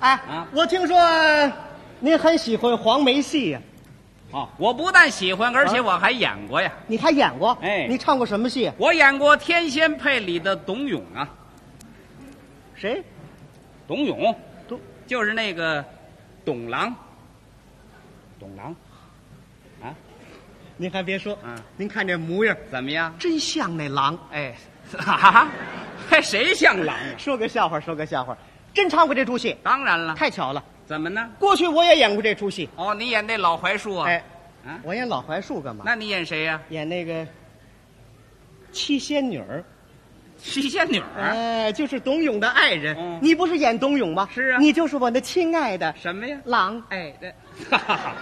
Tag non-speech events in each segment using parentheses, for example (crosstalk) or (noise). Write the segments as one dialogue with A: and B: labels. A: 哎，
B: 啊
A: 我听说您很喜欢黄梅戏呀、
B: 哦，我不但喜欢，而
A: 啊
B: 且我还演过呀。
A: 你还演过？
B: 哎
A: 你唱过什么戏？
B: 我演过《天仙配》里的董永啊，
A: 谁？
B: 董永
A: 董
B: 就是那个董郎，董郎
A: 您还别说，
B: 嗯
A: 您看这模样，
B: 怎么样？
A: 真像那狼。
B: 哎， (laughs) 啊，嘿，谁像狼啊？
A: 说个笑话，说个笑话，真唱过这出戏，
B: 当然了，
A: 太巧了。
B: 怎么呢？
A: 过去我也演过这出戏，
B: 哦，你演那老槐树啊？
A: 哎，
B: 啊，
A: 我演老槐树干嘛？
B: 那你演谁呀、
A: 演那个七仙女儿，
B: 七仙女儿、
A: 哎，就是董永的爱人。
B: 啊嗯
A: 你不是演董永吗？
B: 是啊
A: 你就是我那亲爱的
B: 什么呀？
A: 郎
B: 哎，这， (laughs) 哈哈哈，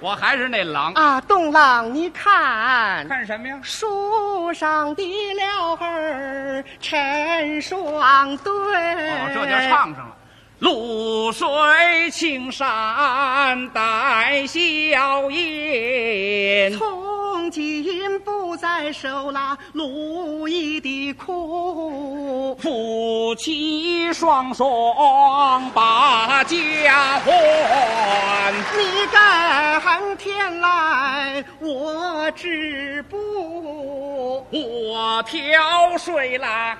B: 我还是那狼。
A: 啊，董郎，你看。
B: 看什么呀？
A: 树上的鸟儿成双对，哎
B: 哦，这叫唱上了。露水青山带笑颜，
A: 从今不再受那奴役的苦，
B: 夫妻双双把家还。
A: 你甘甜来我知不？
B: 我挑水来，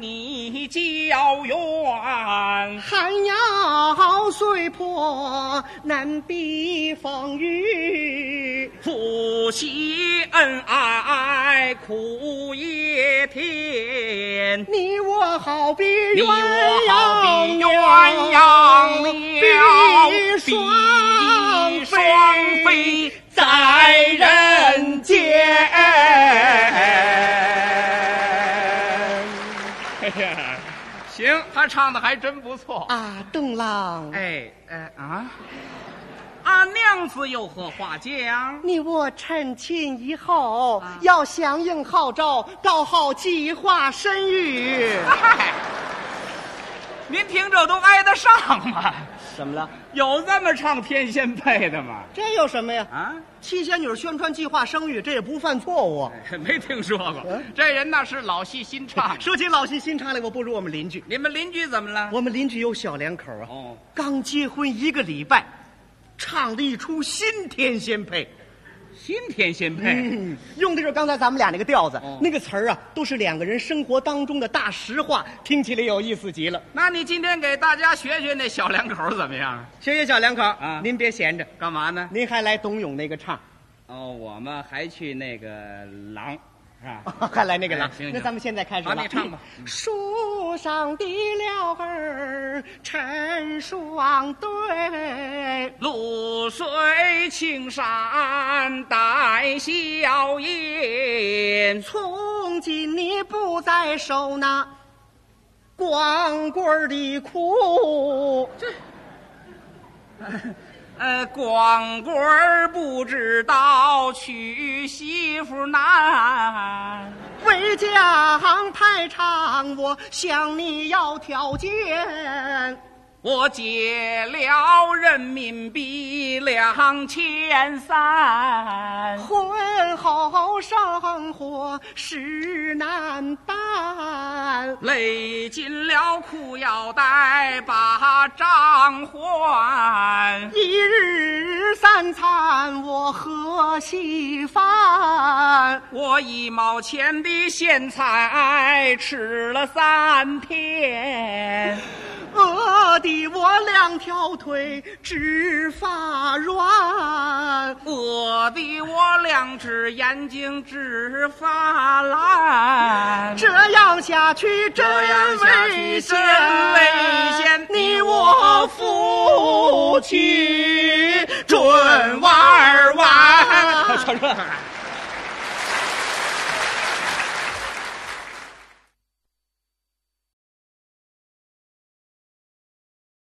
B: 你叫远。
A: 寒窑虽破难避风雨，
B: 夫妻恩爱苦也甜，
A: 你我好比
B: 你
A: 鸳
B: 我好比
A: 鸯
B: 鸳鸯鸟，
A: 比
B: 比
A: 双
B: 双
A: 飞
B: 飞在人间。哎呀，行，他唱的还真不错。
A: 啊，邓郎，
B: 哎哎啊！俺、娘子有何话讲？
A: 你我趁亲以后、
B: 啊
A: 要响应号召，搞好计划生育。
B: 嗨，您听这都挨得上吗？
A: 怎么了？
B: 有这么唱天仙配的吗？
A: 这有什么呀？
B: 啊，
A: 七仙女宣传计划生育，这也不犯错误啊。
B: (laughs) 没听说过
A: 嗯。
B: 这人那是老戏新唱。
A: (laughs) 说起老戏新唱来，我不如我们邻居。
B: 你们邻居怎么了？
A: 我们邻居有小两口啊，
B: 哦，
A: 刚结婚一个礼拜，唱了一出新天仙配。
B: 新天仙配。
A: 嗯， (clears throat) 用的就是刚才咱们俩那个调子，
B: 哦
A: 那个词儿啊，都是两个人生活当中的大实话，听起来有意思极了。
B: 那你今天给大家学学那小两口怎么样？
A: 学学小两口
B: 啊
A: 您别闲着，
B: 干嘛呢？
A: 您还来董永那个唱。 (laughs)
B: 哦，我们还去那个狼，是吧？
A: 看来那个了，
B: 哎行行
A: 那咱们现在开始吧。
B: 好
A: (clears throat)
B: 你唱吧
A: 树上的鸟儿成双对，
B: 露水青山带笑颜，
A: 从今你不再受那光棍儿的苦。
B: 呃，光棍儿不知道娶媳妇难。
A: 为将太长，我向你要条件。
B: 我借了人民币两千三，
A: 婚后生活实难办。
B: 累尽了裤腰带把账还。
A: 一日三餐我喝稀饭，
B: 我一毛钱的咸菜吃了三天。
A: 饿得我两条腿直发软。
B: 饿的我两只眼睛直发蓝。
A: 这样下去真
B: 这样下
A: 危
B: 去
A: 险，
B: 真危险
A: 你我夫妻准玩儿完。
B: 瞧这。